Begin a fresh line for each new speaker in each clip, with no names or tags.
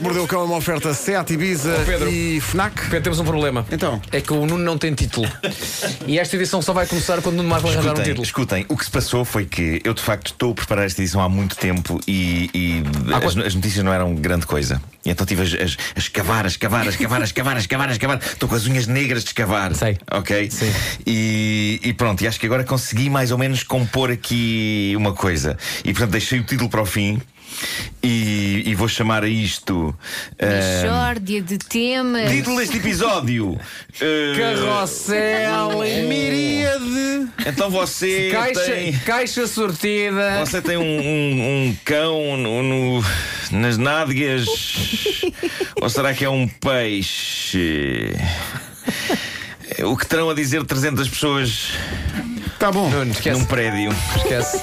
Mordeu o Cão é uma oferta Seat Ibiza
Oh, Pedro.
e FNAC.
Pedro, temos um problema.
Então.
É que o Nuno não tem título. e esta edição só vai começar quando o Nuno mais vai arranjar um
Escutem,
título.
escutem, o que se passou foi que eu de facto estou a preparar esta edição há muito tempo e, e as,
quanto-
as notícias não eram grande coisa. E então estive a, a- a escavar, a escavar, a escavar, a escavar, a escavar, a escavar. Estou com as unhas negras de escavar.
Sei.
Ok?
Sim.
E, e pronto, e acho que agora consegui mais ou menos compor aqui uma coisa. E portanto deixei o título para o fim. E, e vou chamar a isto ah,
Jordia de temas.
Título deste episódio ah,
Carrossel.
Miríade.
Então você tem...
Caixa, caixa sortida.
Você tem um, um- um cão no- no- nas nádegas? Ou será que é um peixe? O que terão a dizer 300 pessoas
Tá bom.
Nuno, esquece.
num prédio?
Esquece.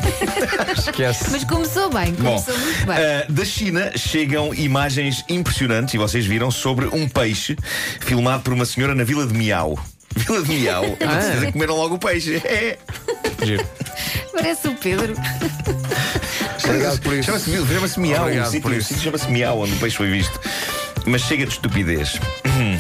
esquece.
Mas começou bem,
Bom,
começou muito bem.
ah, da China chegam imagens impressionantes, e vocês viram, sobre um peixe filmado por uma senhora na Vila de Miau. Vila de Miau? Eu
Ah.
tenho certeza que comeram logo o peixe. É.
Giro.
Parece o Pedro.
Obrigado por isso.
Chama-se Miau, chama-se Miau.
Obrigado
O sítio-
por
o
isso.
sítio chama-se Miau, onde o peixe foi visto. Mas chega de estupidez.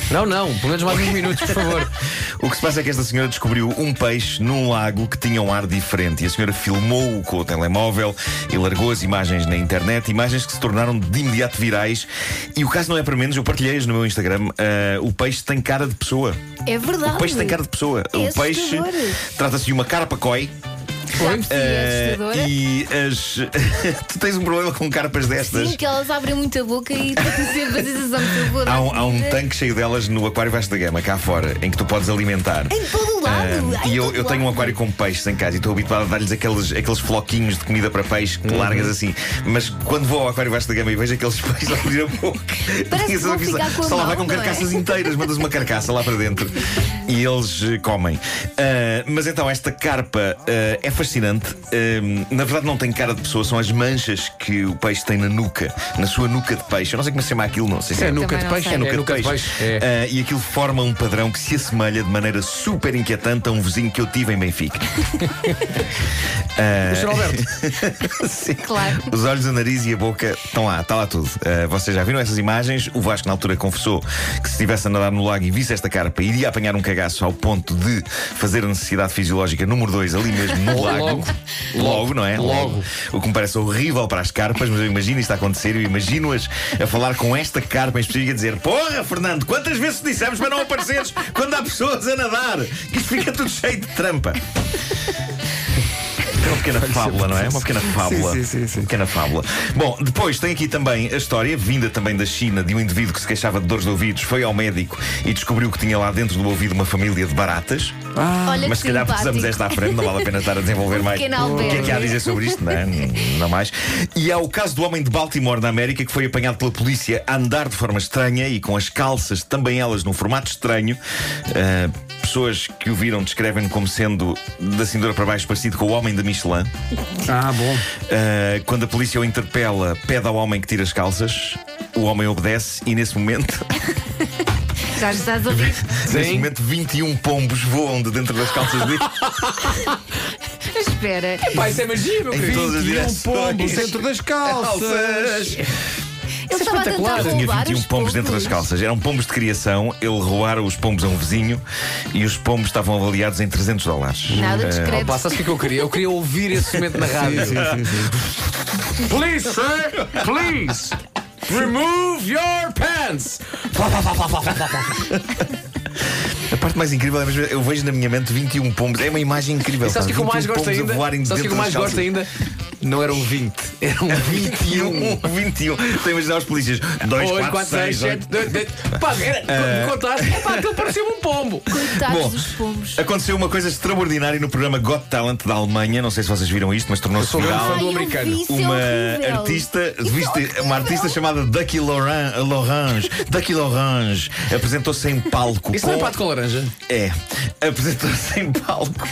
Não, não. Pelo menos mais uns minutos, por favor.
O que se passa é que esta senhora descobriu um peixe num lago que tinha um ar diferente e a senhora filmou-o com o telemóvel e largou as imagens na internet, imagens que se tornaram de imediato virais. E o caso não é para menos, eu partilhei-as no meu Instagram. Ah, o peixe tem cara de pessoa.
É verdade.
O peixe tem cara de pessoa.
É
o peixe
assustador.
trata-se de uma carapacói.
Já percebi, é
Ah,
assustadora.
e as. tu tens um problema com carpas destas?
Sim, que elas abrem muito a boca e têm sempre a sensação de sabor.
Há um, há um tanque cheio delas no aquário Vasco da Gama, cá fora, em que tu podes alimentar.
Em todo o lado.
Ah,
em
e eu,
todo
eu tenho um
lado.
aquário com peixes em casa e estou habituado a dar-lhes aqueles, aqueles floquinhos de comida para peixe que largas assim. Mas quando vou ao aquário Vasco da Gama e vejo aqueles peixes a abrir a boca,
Parece
tenho
que vão
essa sensação.
ficar com a
só lá vai
mão,
com
não é?
carcaças inteiras, mandas uma carcaça lá para dentro e eles eh, comem. Ah, mas então, esta carpa ah, é fascinante. Ah, na verdade, não tem cara de pessoa, são as manchas que o peixe tem na nuca, na sua nuca de peixe. Eu não sei como se chama aquilo, não sei se
É
é
nuca
Também
de
não
peixe.
sei.
É nuca.
É nuca de peixe, é.
ah, e aquilo forma um padrão que se assemelha de maneira super inquietante a um vizinho que eu tive em Benfica.
É.
O Sr. Alberto.
Sim.
Claro.
Os olhos, o nariz e a boca estão lá, está lá tudo. Ah, vocês já viram essas imagens? O Vasco, na altura, confessou que se estivesse a nadar no lago e visse esta carpa, iria apanhar um cagaço ao ponto de fazer a necessidade fisiológica número 2 ali mesmo
Logo.
no lago. Logo, não é?
Logo.
O que me parece horrível para as carpas, mas eu imagino isto a acontecer, eu imagino-as a falar com esta carpa em específico e a dizer: Porra, Fernando, quantas vezes te dissemos para não apareceres quando há pessoas a nadar? Que isto fica tudo cheio de trampa. É uma pequena fábula, não é? Uma pequena fábula.
Sim, sim, sim, sim.
Uma pequena fábula. Bom, depois tem aqui também a história, vinda também da China, de um indivíduo que se queixava de dores de ouvidos, foi ao médico e descobriu que tinha lá dentro do ouvido uma família de baratas.
Olha
Mas
que
se calhar
simpático.
precisamos desta à frente, não vale a pena estar a desenvolver
Um
mais.
pequeno
o que é que há a
albergue.
dizer sobre isto? Não, é? não mais. E há o caso do homem de Baltimore, na América, que foi apanhado pela polícia a andar de forma estranha e com as calças, também elas, num formato estranho. Ah, pessoas que o viram descrevem como sendo da cintura para baixo parecido com o homem da Michelin.
Ah, bom.
Uh, quando a polícia o interpela, pede ao homem que tire as calças. O homem obedece e nesse momento,
Já estás a ouvir.
nesse momento 21 pombos voam de dentro das calças dele
Espera.
Pá, isso é magia, meu
em
querido.
todas as
Um pombo
direções.
dentro das calças.
Ele estava a tentar
Ele é tinha
roubar
21
os
pombos, dentro das
pombos.
calças. Eram pombos de criação. Ele roubara os pombos a um vizinho e os pombos estavam avaliados em 300 dólares.
Nada
Uh,
discreto.
Pá, sabes o que é que eu queria? Eu queria ouvir esse momento na rádio.
Sim, sim, sim.
Please, sir, please, remove your pants. Plá, plá, plá, plá, plá, plá, plá.
a parte mais incrível é mesmo, eu vejo na minha mente 21 pombos. É uma imagem incrível.
E sabes o que é que eu mais
21
gosto
pombos a
ainda?
voarem
Sabes o que é que eu mais
dentro das
gosto
calças.
ainda? Não eram 20, eram 21.
21, 21. Estou um. a imaginar os polícias. 2,
8,
4,
4,
6,
6, 7, 2, 2. Pá, era, quando me contaste, pá, aquilo parecia-me um pombo.
Coitados
Bom,
dos pombos.
Aconteceu uma coisa extraordinária no programa Got Talent da Alemanha. Não sei se vocês viram isto, mas tornou-se
sou grande fã
viral.
do
eu
americano.
vi, isso é
Uma
horrível.
artista,
Isso é
viste,
horrível.
uma artista chamada Ducky Loran- uh, Lorange, Ducky Lorange, apresentou-se em palco.
Isso não é
com-
pato com laranja?
é, apresentou-se em palco.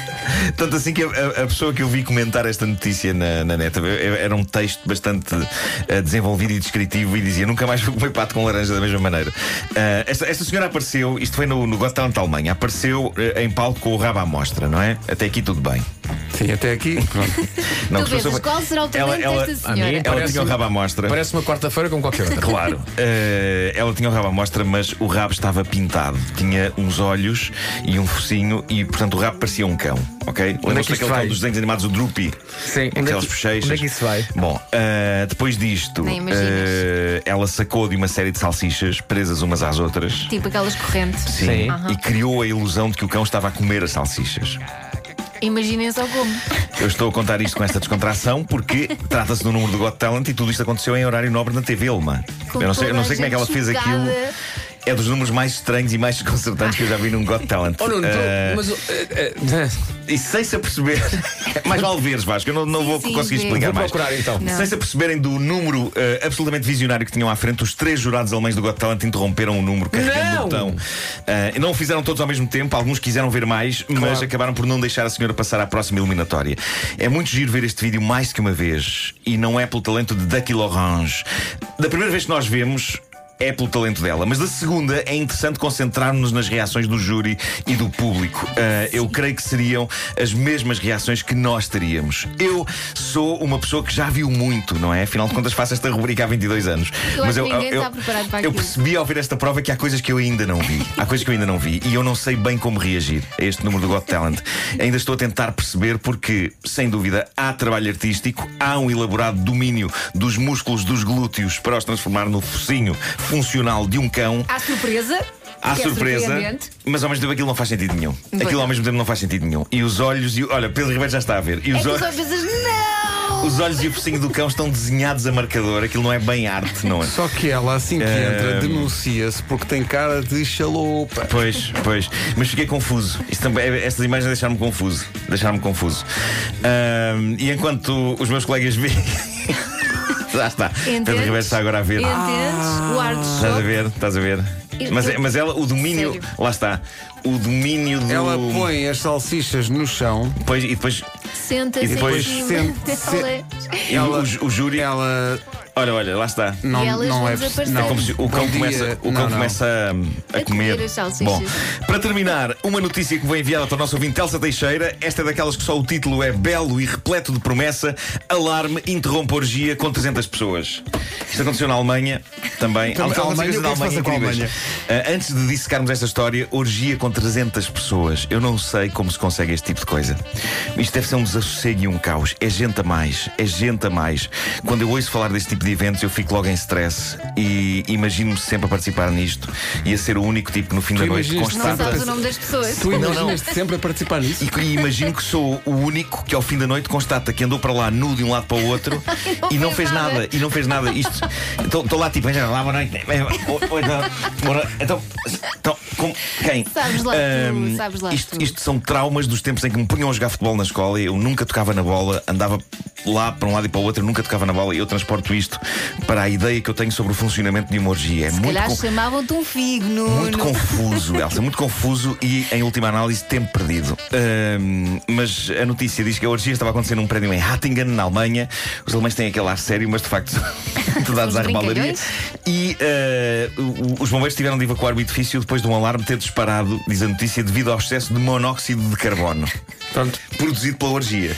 Tanto assim que a, a- a pessoa que eu vi comentar esta notícia na, na net eu- eu- era um texto bastante eh, desenvolvido e descritivo e dizia: Nunca mais vou comer pato com laranja da mesma maneira. Ah, esta, esta senhora apareceu, uh, isto foi no, no Got Talent da Alemanha, apareceu eh, em palco com o rabo à mostra, não é? Até aqui tudo bem.
Sim, até aqui. Pronto.
tu
gostou,
pensas,
foi-
qual será o
Ela-
talento
ela-
desta
a
senhora?
mim-
Ela
Parece-
tinha o rabo à mostra.
Parece uma quarta-feira como qualquer outra.
Claro. Eh, ela tinha o rabo à mostra, mas o rabo estava pintado. Tinha uns olhos e um focinho e, portanto, o rabo parecia um cão, ok? Lembra-se
isto
daquele
é vai?
cão dos desenhos animados, o Droopy?
Sim, onde é
Aquelas
que-
bochechas.
onde é que isso vai?
Bom, eh, depois disto,
Nem imaginas.
eh, ela sacou de uma série de salsichas presas umas às outras.
Tipo aquelas correntes.
Sim.
E criou a ilusão de que o cão estava a comer as salsichas.
Imaginem só como.
Eu estou a contar isto com esta descontração porque trata-se do número do Got Talent e tudo isto aconteceu em horário nobre na TV Elma.
Com
eu não sei,
toda
eu não
a
sei como é que ela
gente
fez
chocada.
aquilo. É dos números mais estranhos e mais desconcertantes que eu já vi num Got Talent.
Oh, Nuno, tu-
Eh,
mas. eh, eh,
E sem se aperceber. mais vale veres, Vasco, eu não, não vou
sim,
conseguir
sim.
explicar
Vou
mais.
procurar, então.
Não.
Sem se aperceberem do número eh, absolutamente visionário que tinham à frente, os três jurados alemães do Got Talent interromperam o número, carregando
Não!
o
Uhum.
botão. Eh, não o fizeram todos ao mesmo tempo, alguns quiseram ver mais, mas acabaram por não deixar a senhora passar à próxima eliminatória. É muito giro ver este vídeo mais que uma vez, e não é pelo talento de Ducky Lorange. Da primeira vez que nós vemos. É pelo talento dela, mas da segunda é interessante concentrar-nos nas reações do júri e do público. Eh, eu creio que seriam as mesmas reações que nós teríamos. Eu sou uma pessoa que já viu muito, não é? Afinal de contas, faço esta rubrica há 22 anos.
Eu acho que ninguém está preparado para
eu
aquilo.
percebi ao ver esta prova que há coisas que eu ainda não vi. Há coisas que eu ainda não vi e eu não sei bem como reagir a este número do Got Talent. Ainda estou a tentar perceber porque, sem dúvida, há trabalho artístico, há um elaborado domínio dos músculos dos glúteos para os transformar no focinho funcional de um cão.
Há surpresa.
Há
que é
surpresa,
surpreendente.
mas ao mesmo tempo aquilo não faz sentido nenhum.
Pois é.
Aquilo
não.
ao mesmo tempo não faz sentido nenhum. E os olhos e. o- Olha, Pedro Ribeiro já está a ver. E
É
os
que
olhos.
só pensas, não!
Os olhos e o focinho do cão estão desenhados a marcador, aquilo não é bem arte, não é?
Só que ela, assim que
Eh,
entra, denuncia-se porque tem cara de chalupa.
Pois, pois. Mas fiquei confuso. Isto também- é, estas imagens deixaram-me confuso. Deixaram-me confuso. Ahm, e enquanto os meus colegas veem. Já está. Pedro
Entendes?
Ribeiro está agora a ver.
Entendes? O ar de
Ah, Estás a
choque.
ver, estás a ver.
Eu-
Mas, é,
eu-
mas ela, o domínio.
Sério?
Lá está. O domínio do.
Ela põe as salsichas no chão,
Depois, e depois.
Senta-se
E depois
em cima
sente- se-
delas.
e
Ela- é-
o, o júri.
ela
Olha, olha, lá está.
não,
E elas
não
vão
é
desaparecer.
É
não.
como se o cão
Bom dia.
começa, o cão
Não, não.
começa hum, a,
A comer
comer.
as salsichas.
Bom, para terminar, uma notícia que foi enviada para o nosso ouvinte Elsa Teixeira. Esta é daquelas que só o título é belo e repleto de promessa. Alarme interrompe orgia com 300 pessoas. Isto aconteceu na Alemanha também.
Também,
Há- há
Alemanha,
coisas
o que é que se passa com a
incríveis.
Alemanha?
Ah, antes de dissecarmos esta história, orgia com 300 pessoas. Eu não sei como se consegue este tipo de coisa. Isto deve ser um desassossego e um caos. É gente a mais, é gente a mais. Quando eu ouço falar deste tipo de eventos, eu fico logo em stress e imagino-me sempre a participar nisto e a ser o único tipo que no fim da noite
imaginas-te
Não
constata.
sabes o nome das pessoas.
Tu imaginas-te sempre a participar nisso?
E, e imagino que sou o único que ao fim da noite constata que andou para lá nu de um lado para o outro e não fez nada. E não fez nada. Isto. Estou lá tipo, já lá, boa noite. Bem, oi, oi, então, bora- Então, então, como- quem?
Sabes lá tu,
Ahm,
sabes lá
isto,
tu.
isto são traumas dos tempos em que me punham a jogar futebol na escola. Eu nunca tocava na bola, andava lá para um lado e para o outro, eu nunca tocava na bola. E eu transporto isto para a ideia que eu tenho sobre o funcionamento de uma orgia. É
Se
muito
calhar
com-
chamavam-te um figo, Nuno.
muito confuso, Elsa, muito confuso e, em última análise, tempo perdido. Ahm, mas a notícia diz que a orgia estava acontecendo num prédio em Hattingen, na Alemanha. Os alemães têm aquele ar sério, mas de facto, são dados
Uns
à rebaldaria.
brincalhões.
E ah, o- os bombeiros tiveram de evacuar o edifício depois de um alarme ter disparado, diz a notícia, devido ao excesso de monóxido de carbono
Pronto.
produzido pela orgia.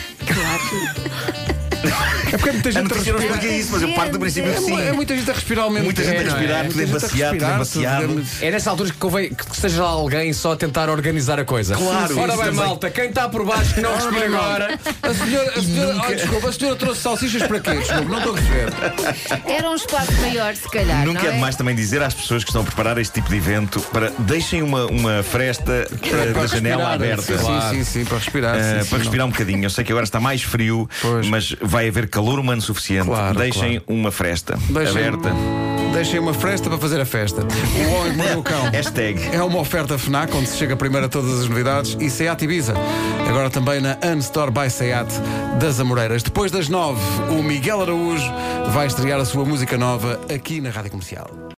É porque é muita
A
gente a
notícia não
respirar.
explica isso, mas eu parto do princípio que
É, mu-
sim.
é muita gente a respirar ao mesmo
Muita
tempo.
gente a
não é?
respirar, tudo
Muita gente a
embaciado, tudo
respirar,
embaciado.
tudo-
É nessa altura que convém que esteja lá alguém só a tentar organizar a coisa.
Claro,
Ora
isso
bem,
também.
malta, quem está por baixo que não respira agora.
A senhora, a senhora, ah,
oh,
desculpa, a senhora trouxe salsichas para quê? Desculpa, não estou a perceber.
Era um espaço maior, se calhar.
Tá,
Nunca
não
é demais também dizer às pessoas que estão a preparar este tipo de evento para deixem uma, uma fresta eh, da janela aberta.
é Sim, sim, sim, para respirar.
Eh,
sim, sim,
para respirar um bocadinho, eu sei que agora está mais frio,
Pois.
mas vai haver calor humano suficiente.
Claro,
Deixem uma fresta
Deixem- um-
aberta.
não. Deixem uma festa para fazer a festa. O homem que mordeu o cão.
Hashtag.
É uma oferta FNAC onde se chega primeiro a todas as novidades e Seat Ibiza. Agora também na Unstore by Seat das Amoreiras. Depois das nove, o Miguel Araújo vai estrear a sua música nova aqui na Rádio Comercial.